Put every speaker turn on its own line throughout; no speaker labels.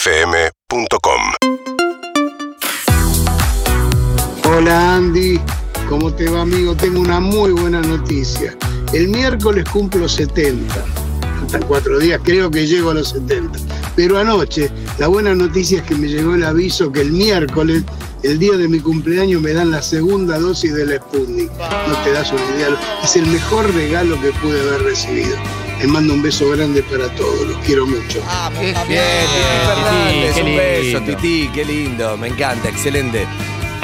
UrbanaPlayFM.com
Hola Andy, ¿cómo te va amigo? Tengo una muy buena noticia. El miércoles cumplo 70. Faltan cuatro días, creo que llego a los 70. Pero anoche, la buena noticia es que me llegó el aviso que el miércoles, el día de mi cumpleaños, me dan la segunda dosis del Sputnik. No te das una idea. Es el mejor regalo que pude haber recibido. Les mando un beso grande para todos, los quiero mucho.
Bien,
Bien,
bien,
Titi,
Fernández,
qué
un beso,
lindo.
Titi, qué lindo, me encanta, excelente.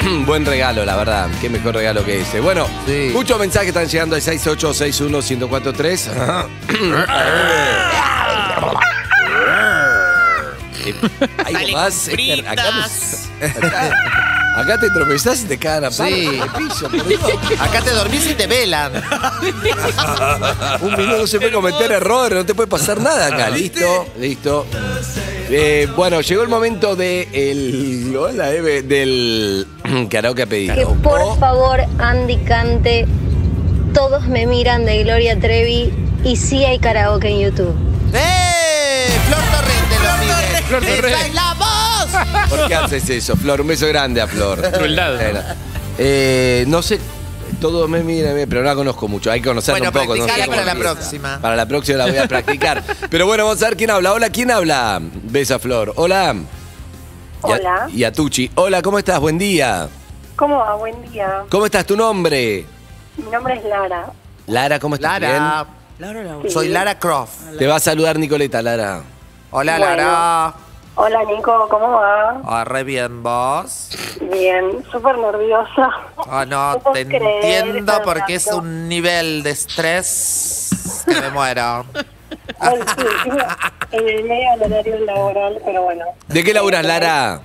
Buen regalo, la verdad, qué mejor regalo que ese. Bueno,
Sí.
muchos mensajes están llegando al 6861-1043. ¿Algo
eh,
más? Esther? Acá, nos- acá- acá te tropezás y te cagan a palo
Sí.
en el piso, por Dios.
Acá te dormís y te velan.
Un minuto no se puede cometer error, no te puede pasar nada acá. Listo, listo. Eh, bueno, llegó el momento de el, hola, Eve, del karaoke a pedir.
Que
O-
por favor Andy cante Todos me miran de Gloria Trevi y sí hay karaoke en YouTube.
¡Eh! ¡Flor Torrente lo pide.
Flor Torrente.
¡Esa es la voz!
¿Por qué haces eso, Flor? Un beso grande a Flor.
Crueldad.
Bueno, eh, no sé, todos me miran, eh, pero no la conozco mucho. Hay que conocerla
Bueno,
un poco. no sé
practicala
cómo
para la
empieza.
próxima.
Para la próxima la voy a practicar. pero bueno, vamos a ver quién habla. Hola, ¿quién habla? Beso a Flor. Hola. Y a-
Hola.
Y a Tucci. Hola, ¿cómo estás? Buen día.
¿Cómo va? Buen día.
¿Cómo estás? ¿Tu nombre?
Mi nombre es Lara.
Lara, ¿cómo estás?
Lara.
Sí.
Soy Lara Croft.
Bien. Te va a saludar Nicoleta, Lara.
Hola,
Bueno.
Lara.
Hola Nico, ¿cómo va?
Ah, re bien, vos.
Bien, súper nerviosa.
Ah, no,
puedo
te
creer,
entiendo
está
porque es
hablando.
un nivel de estrés que me muero.
Ay, sí, sí, en el medio del horario laboral, pero bueno.
¿De qué laburas, Lara?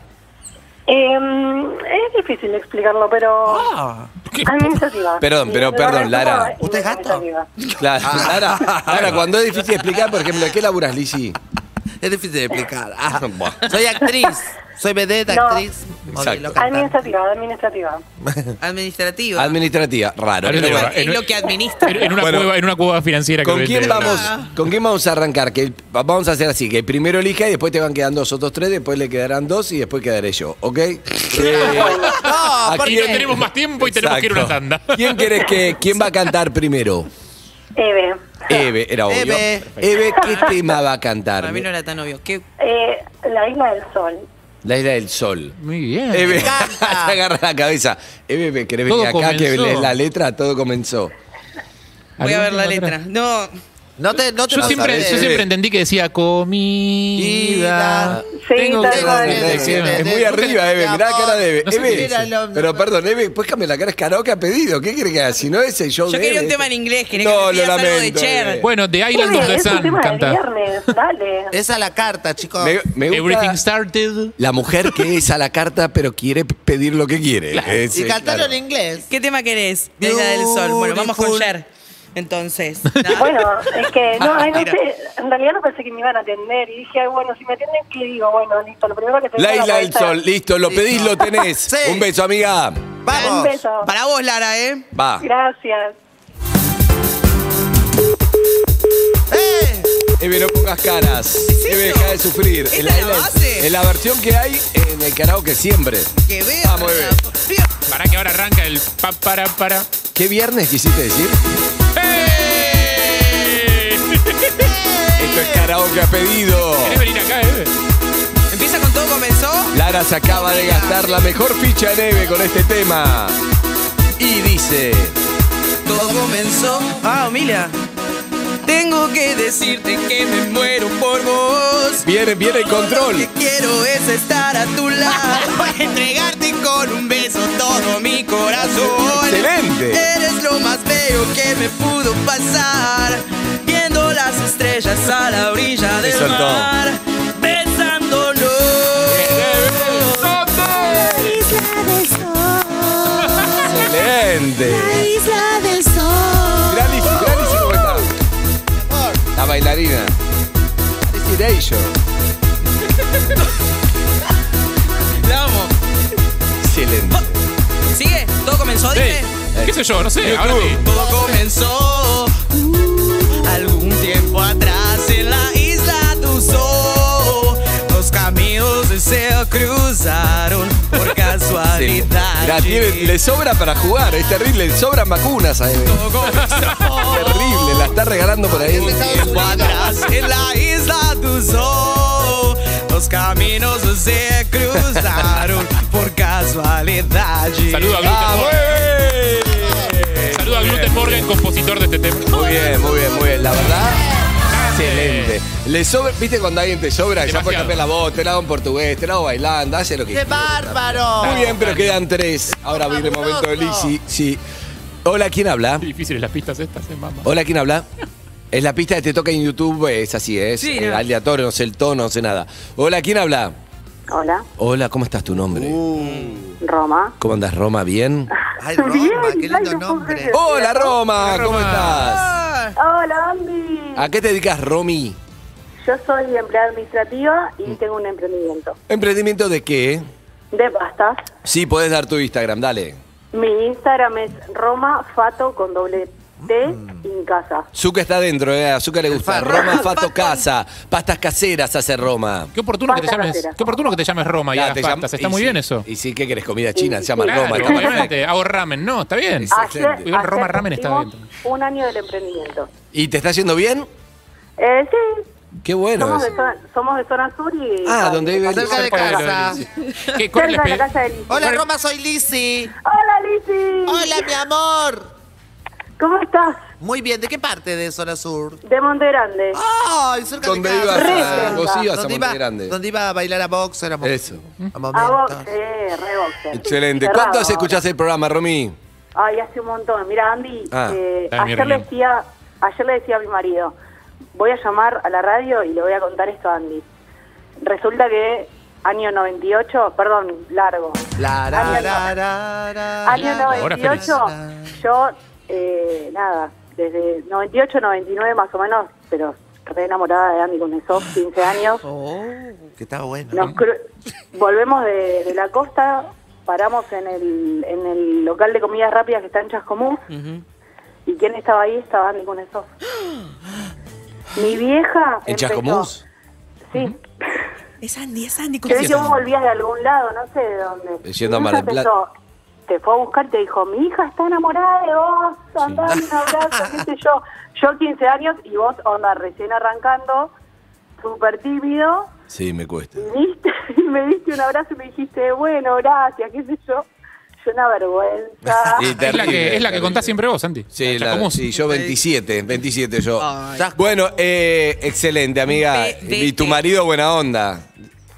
Em, es difícil explicarlo, pero... Administrativa.
Ah, Perdón,
Sí,
pero
de
perdón,
verdad,
Lara.
como
¿Usted es gato?
administrativa.
Claro,
Ah.
Lara, Lara, cuando es difícil explicar, por ejemplo, ¿de qué laburas, Lizzy?
Es difícil de explicar. Ah,
Buah.
soy actriz. Soy vedette,
No.
actriz, modelo,
Exacto.
cantante.
Administrativa, administrativa.
Administrativa.
Administrativa, raro.
Ahora
Pero
te
bueno.
va-
es lo que administra.
En, en una
Bueno.
cueva, en una cueva financiera. que
¿Con
vende-
quién vamos? ¿Con quién vamos a arrancar? Que el- vamos a hacer así, que el primero elija y después te van quedando los otros tres, después le quedarán dos y después quedaré yo, ¿ok? Eh, ¿a
No,
Y no
porque
quién?
tenemos más tiempo y tenemos que ir a una
Exacto.
tanda.
¿Quién querés que quién va a cantar primero?
Eve.
Eve, era obvio.
Eve.
Eve, ¿qué tema va a cantar?
Para mí no era tan obvio. ¿Qué?
Eh, la Isla del Sol.
La isla del sol.
Muy bien.
Eve, te
encanta.
agarra la cabeza. Eve, ¿me ¿querés
Todo
venir acá que
comenzó.
lees la letra? Todo comenzó.
Voy a ver la
Atrás.
letra. No.
no te, no te
Yo
Ah,
vas a
siempre,
eh,
ver.
yo siempre entendí que decía comida.
Sí, tal
que
cual.
Eve,
Es
Eve, Eve,
muy
Eve,
arriba, Eve.
mi
Mirá la
amor.
cara de Eve.
No sé
Eve,
qué
era lo-
Pero perdón, Eve, pues cambia la cara. Es karaoke ha pedido. ¿Qué querés que haga? Si no es el show
Yo
de
quería un
Eve.
tema en inglés, quería que
No,
me
lo
pidas algo de
lamento,
Cher.
Eve.
Bueno, The Island of
Eve,
the
es un
Sun
tema del
canta.
viernes, dale.
Es a la carta, chicos.
Me, me gusta
Everything started.
la mujer que es a la carta, pero quiere pedir lo que quiere. Es,
y
eh,
cantarlo
claro.
en inglés.
¿Qué tema querés? La isla del sol. Bueno, vamos con
Beautiful.
Cher. Entonces.
Bueno, es que no, ay, no
Mira.
sé, en realidad no pensé que me iban a atender y dije, ay, bueno, si me atienden, ¿qué digo? Bueno, listo, lo primero que tengo
La
en
isla del
cabeza-
sol. Listo, lo pedís, lo tenés.
Sí.
Un beso, amiga.
Un
Vamos.
beso.
Para vos, Lara, ¿eh?
Va.
Gracias.
¡Eh!
Eve, no pongas caras. Eve,
eso?
deja de sufrir.
¿Esa
En
es la
en
base?
en la versión que hay en el karaoke siempre.
Que veo.
Vamos, Eve.
Para que ahora arranca el pa para para.
¿Qué viernes quisiste decir?
¡Eh!
Esto es karaoke a pedido.
¿Querés venir acá, eh? Eve?
Empieza con todo comenzó.
Lara se acaba de gastar la mejor ficha de Eve con este tema. Y dice...
Todo comenzó. Ah, mira. Tengo que decirte que me muero por vos.
Viene, viene el
Lo que
control.
quiero es estar a tu lado, entregarte con un beso todo mi corazón. Eh,
Excelente.
Eres lo más bello que me pudo pasar, viendo las estrellas a la orilla del
soltó.
mar, pensándolo.
Excelente. La isla del sol. ¿cómo está? La bailarina. Destination.
Vamos.
Excelente.
Sigue, todo comenzó,
Eh.
Ey, ¿Qué sé yo? No sé. Ahora sí.
Todo comenzó Uh, algún tiempo atrás en la isla de Uso.
fácil. La tiene- le sobra para jugar, es terrible, le sobran vacunas a Eve. Terrible, la está regalando por ahí.
Tiempo atrás en la isla tu sol, los caminos se cruzaron por casualidad. Ah,
Saludo a Gluten
¡Vamos,
Morgan.
Eve!
Saludo a Gluten Morgan, compositor de este tema.
Muy bien, muy bien, muy bien. La verdad, excelente. Le sobra, viste cuando alguien te sobra, ya puedes
Demasiado.
cambiar la voz, te la hago en portugués, te la hago bailando, hace lo que
¡Qué
quieras.
bárbaro!
Muy bien, pero quedan tres. Ahora viene el momento de Lizzy. Sí. Hola, ¿quién habla?
Qué difíciles las pistas estas, eh, mamá.
Hola, ¿quién habla? Es la pista de Te Toca en YouTube, es así, es
Sí,
eh,
no.
aleatorio, no sé el tono, no sé nada. Hola, ¿quién habla?
Hola,
Hola, ¿cómo estás tu nombre? Uh.
Roma.
¿Cómo andás, Roma? ¿Bien?
Ay, Roma, qué lindo nombre.
Hola, Roma, Ah. ¿cómo
Roma.
estás?
Hola, Andy.
¿A qué te dedicas, Romy?
Yo soy empleada administrativa y tengo un emprendimiento
¿Emprendimiento de qué?
de pastas.
Sí, podés dar tu Instagram, dale.
Mi Instagram es romafato con doble T en casa.
Zuka está adentro, ¿eh? A Zuka le gusta.
Fa-
Roma
Roma,
Fato
Fato.
Casa. Pastas caseras hace Roma.
Qué oportuno, que te
Pasta
llames,
casera.
qué oportuno que te llames Roma y
Ah,
hagas
te
pastas.
llam-
Está
y
muy
sí,
bien eso.
Y sí, ¿qué querés? Comida china, se llama
Claro,
Roma. está perfecto.
obviamente. Hago ramen, ¿no? Está bien.
Exacto.
Ayer,
Igual Roma
ayer
Ramen está
cumplimos
bien.
Un año del emprendimiento.
¿Y te está yendo bien?
Eh, sí,
Qué bueno.
somos, de
eso.
zona, somos de zona sur y...
Ah, donde vive
Cerca
Lizzy.
de
Cerca de
casa.
¿Qué, ¿Cuál es la
Cerca de la
espe-
casa de Lizzy.
Hola, Roma, soy Lizzy.
Hola, Lizzy.
Hola, mi amor.
¿Cómo estás?
Muy bien, ¿de qué parte de Zona Sur?
De Monte Grande.
Ah,
¡Ay, cerca
¿Dónde
de
ibas?
casa!
a-
Re
Vos
cerca.
ibas a
¿Dónde
Monte
iba,
Grande.
dónde iba a bailar a box? Era mo-
Eso.
A
A vos,
momento.
eh, re boxer.
Excelente.
Cerrado
¿Cuánto hace
ahora.
escuchás el programa, Romy?
Ay, hace un montón. Mira, Andy,
Ah,
eh,
dale,
ayer,
Mirlin.
le decía, ayer le decía a mi marido, voy a llamar a la radio y le voy a contar esto a Andy. Resulta que año 98, perdón, largo.
La, ra,
Año-
ra, ra, ra,
Año
ra.
Ahora feliz.
98, yo, eh, nada, desde 98, 99 más o menos, pero re enamorada de Andy Kuznetsov, 15 años.
Oh, que está bueno.
Nos cru- volvemos de, de la costa, paramos en el, en el local de comidas rápidas que está en Chascomús. ¿Y quién estaba ahí? Estaba Andy Kuznetsov. Mi vieja.
¿En
empezó-
Chascomús?
Sí.
Es Andy, es Andy.
Creí que vos volvías de algún lado, no sé de dónde.
Yendo a
Mi
Mar
hija
del Plata.
empezó, Te fue a buscar y te dijo: Mi hija está enamorada de vos, andá, dame un abrazo, qué sé yo. Yo 15 años y vos, onda, recién arrancando, súper tímido.
Sí, me cuesta.
Y viste- y me diste un abrazo y me dijiste, bueno, gracias, qué sé yo. Yo una vergüenza.
Sí,
Es la
terrible,
que, es la que
terrible.
contás siempre vos, Santi.
Sí, la-
Chacomús.
sí, yo 27, 27 yo.
Ay.
Ya- Bueno, eh, excelente, amiga.
Ve- vete.
Y tu marido, buena onda.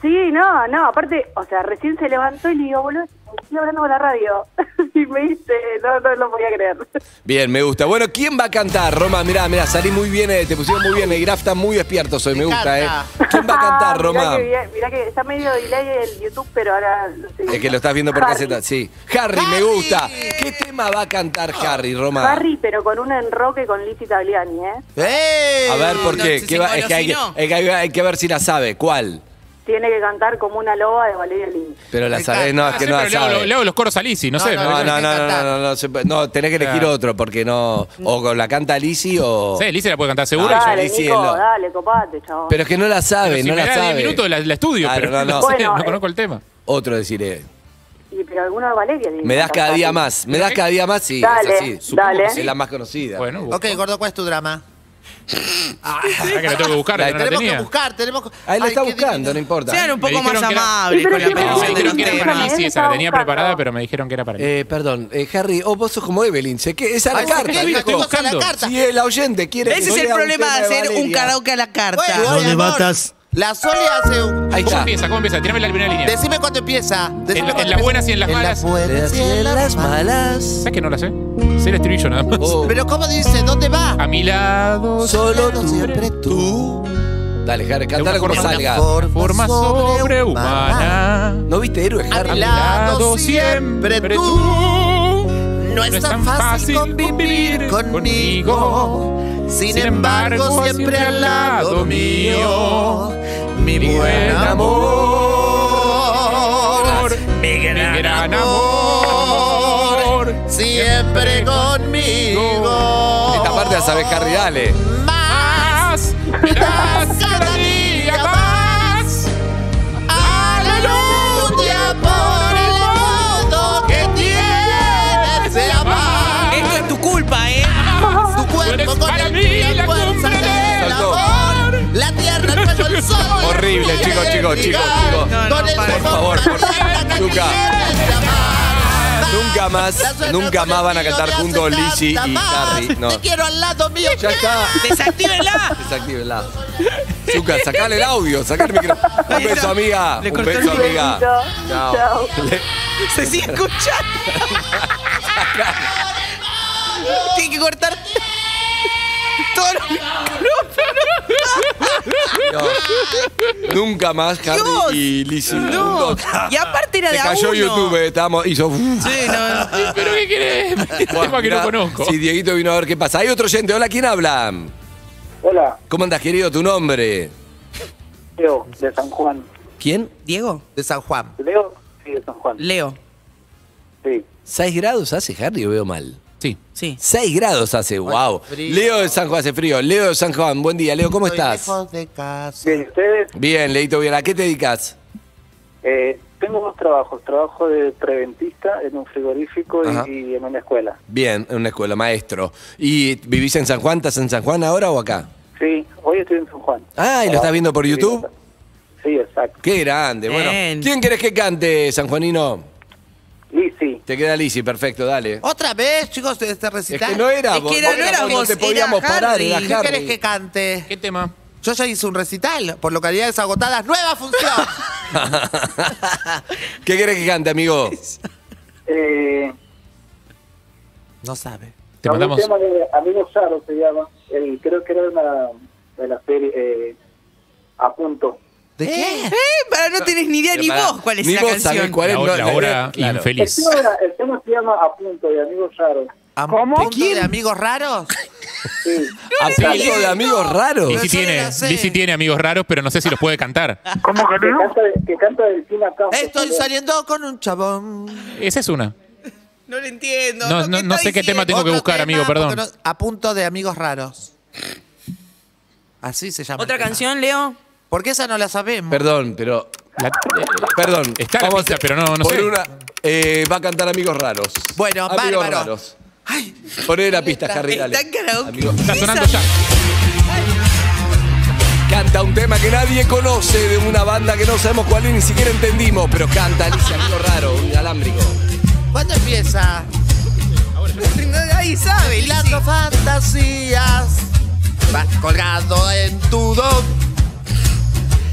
Sí, no, no, aparte, o sea, recién se levantó y le digo, boludo, estoy hablando con la radio. Y me dice, no, no lo podía creer.
Bien, me gusta. Bueno, ¿quién va a cantar, Roma? Mirá, mirá, salí muy bien, eh, te pusieron muy bien. El graf está muy despierto hoy, me gusta, ¿eh?
encanta.
¿Quién va a
Ah,
cantar,
mirá
Roma?
que bien, Mirá que, está medio delay el YouTube, pero ahora... lo estoy
Es que lo estás viendo por
Harry.
caseta, sí. Harry, me gusta. ¿Qué tema va a cantar Harry, Roma?
Oh, Harry, pero con un enroque con Lizzy Tagliani, ¿eh?
¡Ey!
A ver, ¿por
No,
qué?
si
¿Qué va-
se
es que hay que,
engolosinó.
hay que- hay que ver si la sabe. ¿Cuál?
Tiene que cantar como una loba de Valeria Lynch.
Pero la
Me
sabes,
encanta.
no,
Ah,
es que
sí,
no la
pero le hago-
sabe.
le hago los coros a Lizzy, no, sé.
No,
me-
Tenés que
No, no, no, no, no,
cantar.
no, no, se puede- no, tenés que elegir
Claro.
otro, porque no. O la canta Lizzy o.
Sí, Lizzy la puede cantar seguro.
Ay, Ah,
dale,
Lizzy,
Nico,
el lo-
dale, copate, chabón.
Pero es que no la sabe,
Pero si
no
me
la
da 10
sabe.
minutos la, la estudio,
Claro,
pero no,
no, no.
sé,
Bueno,
no
eh.
conozco el tema.
Otro deciré.
Y, pero alguna de Valeria. tiene
Me
que
das
cantar.
cada día más, me das cada día más, sí,
Dale,
es así.
Supongo dale. que sí.
Es la más conocida.
Bueno,
Ok, gordo, ¿cuál es tu drama?
para que lo tengo que buscar,
La
que no la
tenemos
tenía.
que buscar, tenemos que.
ahí Ah, la
Ay,
está
qué
buscando,
divino.
no importa.
Sean un
Me
poco
dijeron
más
que era-
Sí,
amables
pero
con la
siempre
No,
Sí,
me
producción de
dijeron
los
que era
tema.
para
temas.
Lizzy, esa la tenía
Estaba
preparada,
buscando.
pero me dijeron que era para mí.
Eh, perdón, eh, Harry, oh, vos sos como Evelyn, sé que esa es la
Ay, sí,
carta.
que
la
viejo.
estoy
tenemos a la
buscando.
carta.
Si el oyente quiere.
Ese
que
es el
lea un
problema de
tema
hacer un
Valeria.
karaoke a la carta.
Bueno,
No
mi amor,
debatas.
La Sole hace un.
Ahí
¿Cómo
está.
empieza? ¿Cómo empieza? Tirame la primera línea.
Decime cuándo empieza. Decime
En- en
cuándo
las
empieza.
buenas y en las malas.
En las buenas y en las malas.
¿Sabes que no la sé? Sé el estribillo nada más.
Oh,
Pero ¿cómo dice? ¿Dónde va?
A mi lado.
solo tú.
siempre tú.
Dale, Harry,
De
cantala
una
como
forma-
salga.
Forma sobrehumana.
¿No viste héroe,
A mi
Harry?
lado siempre tú. No es tan fácil convivir conmigo. Sin embargo, siempre al lado mío. Mi
Mi
buen
buen
amor. Mi gran
gran
amor.
amor.
Siempre conmigo.
Esta parte la sabés, Harry, dale.
Más.
me
das
das
cada
cada
día
día
más. A la luz de amor el mundo
¿eh?
Horrible, chicos, chicos, chicos, chicos.
No, no, para.
Por favor, por Nunca. Nunca más, nunca más van a cantar juntos Lizzy y Harry. No.
quiero al lado mío.
Ya está.
¡Desactívenla!
Desactívenla. Zuka, sacale el audio, sacale el micrófono. Un beso, amiga.
Le
Un
cortó
beso,
el
amiga.
Chao.
Chao.
Se sigue escuchando. Tiene que cortar todo lo-
No. Nunca más Harry
Dios.
y Lizzy.
No.
juntos.
Y aparte era
Se
de a
cayó
uno.
YouTube, eh. estábamos, hizo. uh,
Sí, no.
¿Pero qué querés? Este
Buah,
tema que no
mirá,
conozco.
Sí, Dieguito vino a ver qué pasa. Hay otro oyente. Hola, ¿quién habla?
Hola,
¿Cómo andas, querido? ¿Tu nombre?
Leo, de San Juan.
¿Quién?
Diego,
De San Juan.
Leo, sí, de San Juan.
Leo.
Sí.
¿6 grados hace, Harry? o veo mal.
Sí.
Sí.
6 grados hace, wow.
frío.
Leo de San Juan hace frío. Leo de San Juan, buen día. Leo, ¿cómo
Estoy
estás?
lejos de casa.
Bien, ¿y ustedes?
Bien, Leito, bien. ¿A qué te dedicas?
Eh, tengo dos trabajos. Trabajo de preventista en un frigorífico
Ajá.
y, y en una escuela.
Bien, en una escuela, maestro. ¿Y vivís en San Juan? ¿Estás en San Juan ahora o acá?
Sí, hoy estoy en San Juan.
Ah, ¿y lo estás viendo por YouTube?
Sí, exacto.
Qué grande. Bueno,
Bien.
¿quién querés que cante, San Juanino?
Y sí,
Te queda Lizzy, perfecto, dale.
Otra vez, chicos, de este
Es
recital.
que no era
Es
vos.
que era-
vos
no era
tampoco
vos,
te
era
podíamos parar,
Harry.
era
¿Qué
¿Qué
Harry.
querés que cante?
¿Qué tema?
Yo ya hice un recital por localidades agotadas. ¡Nueva función!
¿Qué querés que cante, amigo?
eh,
no sabe.
Te
hablé
mandamos.
un tema de Amigo Charo se llama. El, creo que era una de la serie eh, A Punto.
¿De qué?
Eh, para no tenés ni idea
Pero
ni
pará,
vos cuál es
ni
la
vos
canción.
sabés cuál es.
La,
No,
hora- la
la-
hora
claro.
El
infeliz.
tema, era- el tema se llama A Punto de Amigo Charo.
¿A
¿Cómo?
punto de amigos raros?
Sí.
¿A punto de amigos raros?
Pero
Lizzy
yo no
tiene,
la sé.
Lizzy tiene amigos raros, pero no sé si los puede cantar.
Que canta, de- que canta Delfina Campos.
Estoy
también.
saliendo con un chabón.
Esa es una.
No lo entiendo.
No, no-
¿qué
no
está
sé qué tema
diciendo?
Tengo que
Otro
buscar, amigo,
porque
perdón.
no- a punto de amigos raros. Así se llama.
¿Otra
el tema.
canción, Leo?
Porque esa no la sabemos.
Perdón, pero.
La-
Perdón.
Eh, Está la pista, pero no- no
por
sé.
una- eh, va a cantar Amigos Raros.
Bueno,
Amigos
bárbaro.
Raros.
Ay,
Poné la pista,
Está-
Harry, dale.
está en karaoke.
Amigo-
Está sonando ya.
Canta un tema que nadie conoce de una banda que no sabemos cuál es, ni siquiera entendimos, pero canta Alicia Amigo Raro, un alámbrico.
¿cuándo empieza?
Ahí sabe,
Bailando fantasías, vas colgado en tu don.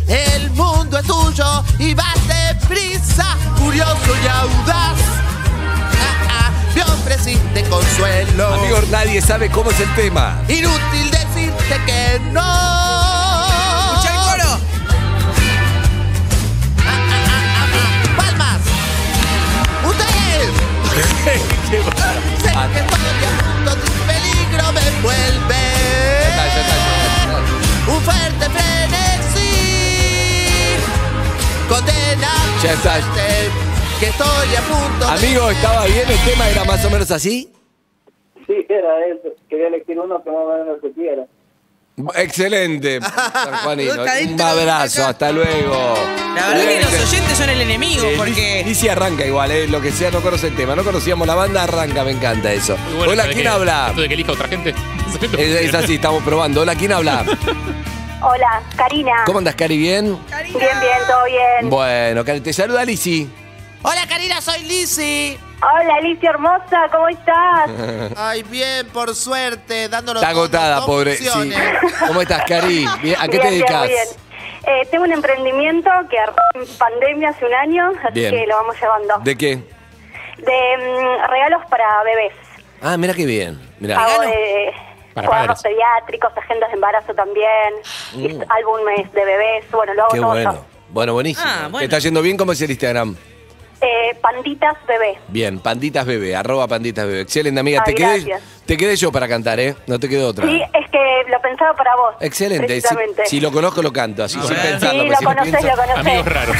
El mundo es tuyo y vas deprisa, curioso y audaz. Ah, ah, me ofreciste consuelo.
Amigos, nadie sabe cómo es el tema.
Inútil decirte que no.
Escucha el coro.
Ah, ah, ah, ah, ah. Palmas. Ustedes. Sé que estoy a punto de un peligro me
Ya está, ya está, ya
envuelve.
está.
Un fuerte frenesí. Condena.
Ya está.
mi suerte, Que estoy a punto de-
Amigo, ¿estaba bien el tema? ¿Era más o menos así?
Sí, era él. Quería elegir uno que más o menos se quiera.
Excelente, San Juanino.
Está
Un
dentro,
abrazo,
acá.
hasta luego.
La verdad que los oyentes son el enemigo
Y
porque.
si arranca igual, eh, lo que sea, no conoce el tema. No conocíamos la banda, arranca, me encanta eso.
Muy bueno
Hola,
esto de
¿quién
que-
habla?
esto de que elija otra gente.
Es, es así, estamos probando. Hola, ¿quién habla?
Hola, Karina.
¿Cómo andas, Cari? ¿Bien?
Bien, bien, todo bien.
Bueno, Cari, te saluda Lisi.
Hola Karina, soy Lizzy.
Hola, Alicia hermosa, ¿cómo estás?
Ay, bien, por suerte, dándonos
Está agotada,
dos
pobre. Sí.
funciones.
¿Cómo estás, Cari? Bien, ¿A qué
Bien,
te
bien,
dedicas?
muy bien. Eh, tengo un emprendimiento que arrancó en pandemia hace un año, así
Bien.
que lo vamos llevando.
¿De qué?
De, mm, regalos para bebés.
Ah, mira qué bien. Mirá.
Hago de
Para
cuadros
padres.
pediátricos, agendas de embarazo también, y álbumes de bebés, bueno, lo hago
Uh. Qué
todo
bueno.
yo.
Bueno, buenísimo.
Ah, bueno.
¿Te está yendo bien? ¿Cómo es el Instagram?
Eh, panditas bebé.
Bien, Panditas Bebé, arroba Panditas Bebé. Excelente, amiga.
Ay,
te, quedé,
gracias.
te quedé yo para cantar, ¿eh? No te quedó otra.
Sí, es que lo pensaba para vos.
Excelente. Si,
precisamente.
si lo conozco, lo canto. Así sin pensarlo.
sí,
porque
lo
si lo
conocés, lo
pienso-
conocés.
Amigos raros.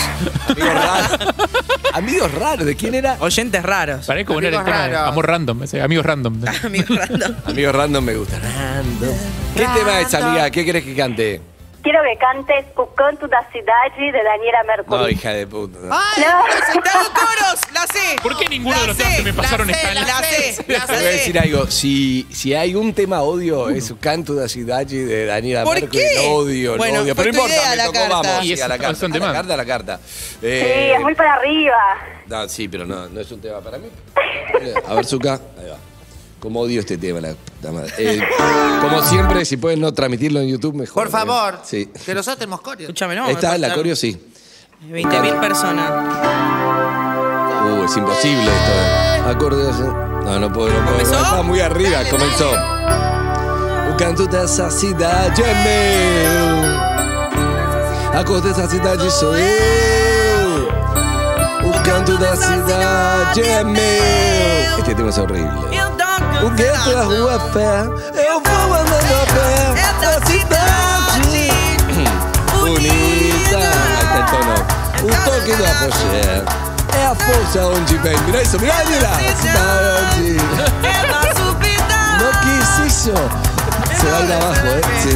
Amigos raros. Amigos raros, ¿de quién era?
Oyentes raros.
Parece como era el
Amigos
tema de
raros.
amor random. ese, Amigos random.
Amigos raros.
Amigos random me gusta. Random. ¿Qué tema es, amiga? ¿Qué querés que cante?
Quiero que cantes O Canto da Cidade de Daniela Mercury.
No, hija de puta. no.
¡Ay!
No.
¡Tengo coros! ¡La sé!
¿Por qué ninguno de los temas que me pasaron
la
está
sé,
en la-
la sé? La
Te voy a decir
sé.
algo. Si, si hay un tema odio, es Canto da Cidade de Daniela
¿Por
Mercury.
qué?
Lo odio,
Bueno,
lo odio. Pero
fue tu
importa,
idea
me
la
tocó,
carta.
vamos.
Y
sí, a la
es-
carta.
es un
a la
tema.
carta, a la carta. Eh,
Sí, es muy para arriba.
no, sí, pero no, no es un tema para mí. Eh, A ver, Zuka. Ahí va. Como odio este tema, la puta madre. Eh, como siempre, si pueden no transmitirlo en YouTube, mejor.
Por favor.
Sí.
Que nosotros tenemos coreo.
Escúchame, no.
Ahí está,
me
la Ah.
pasaron
coreo sí.
20.000 personas.
Uh, es imposible esto. Acordes. No, no puedo, no puedo.
¿Comenzó?
Está muy arriba,
Dale,
comenzó. O canto dessa cidade é meu. A cor dessa cidade sou eu. O canto da cidade é meu. Este tema é horrível. O gueto, a rua, a pé. Eu vou andando a pé.
Esta cidade
Bonita. Aí tá de novo. O toque da pochete. É a força onde vem. Mira isso, mira, mira. A cidade onde.
é da
No,
subida.
¿qué es eso? Se va a ir abajo, ¿eh? Sí.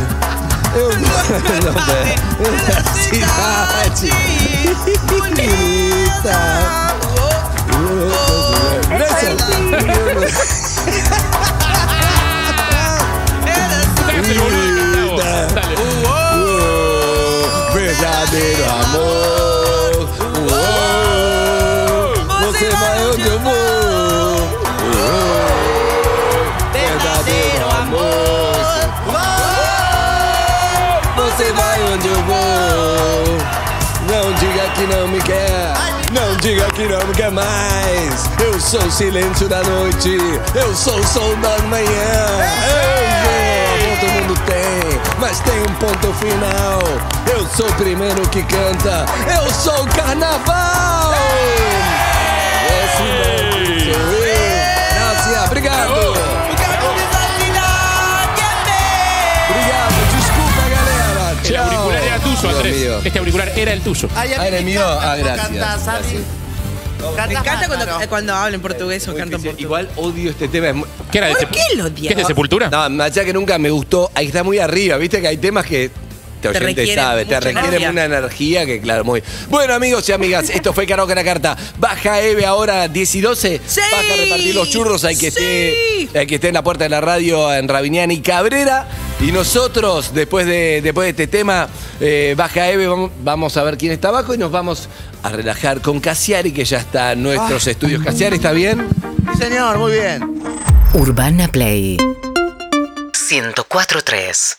Eu não bonita.
Sácate el boludo que está vos. Dale.
Verdadeiro amor. Você vai onde eu vou. Verdadeiro amor. Você vai onde eu vou. Não diga que não me quer. Não diga que não me quer mais. Eu sou o silêncio da noite. Eu sou o sol da manhã. Eu vou, amor, todo mundo tem. Mas tem um ponto final. Eu sou o primeiro que canta. Eu sou o carnaval. Esse não sou eu. Graças, obrigado. Obrigado, desculpa galera.
El este auricular era tuyo, Andrés. Este auricular era el tuyo.
Ay, a mí
Aire
me
mío,
encanta
ah,
cuando
gracias,
cantás, Ani.
gracias.
Cantás
Me encanta
bárbaro.
cuando, cuando hablo en portugués o canto en portugués.
Igual odio este tema. es mu-
¿Qué era de
¿Por
Sepul-
qué lo
¿Qué es de
odias?
Sepultura?
No, más allá que nunca me gustó. Ahí está muy arriba, viste que hay temas que. Te
Te
oyente
requieren
sabe, te
mucha
requieren
energía.
una energía que, claro, muy. Bueno, amigos y amigas, esto fue Caro la Carta. Baja Eve ahora 10 y 12.
Sí.
Baja a repartir los churros. Hay que,
Sí.
esté, hay que esté en la puerta de la radio en Rabinián y Cabrera. Y nosotros, después de, después de este tema, eh, Baja Eve, vamos, vamos a ver quién está abajo y nos vamos a relajar con Casiari, que ya está en nuestros estudios. Casiari, ¿está bien?
Sí, señor, muy bien.
Urbana Play 1043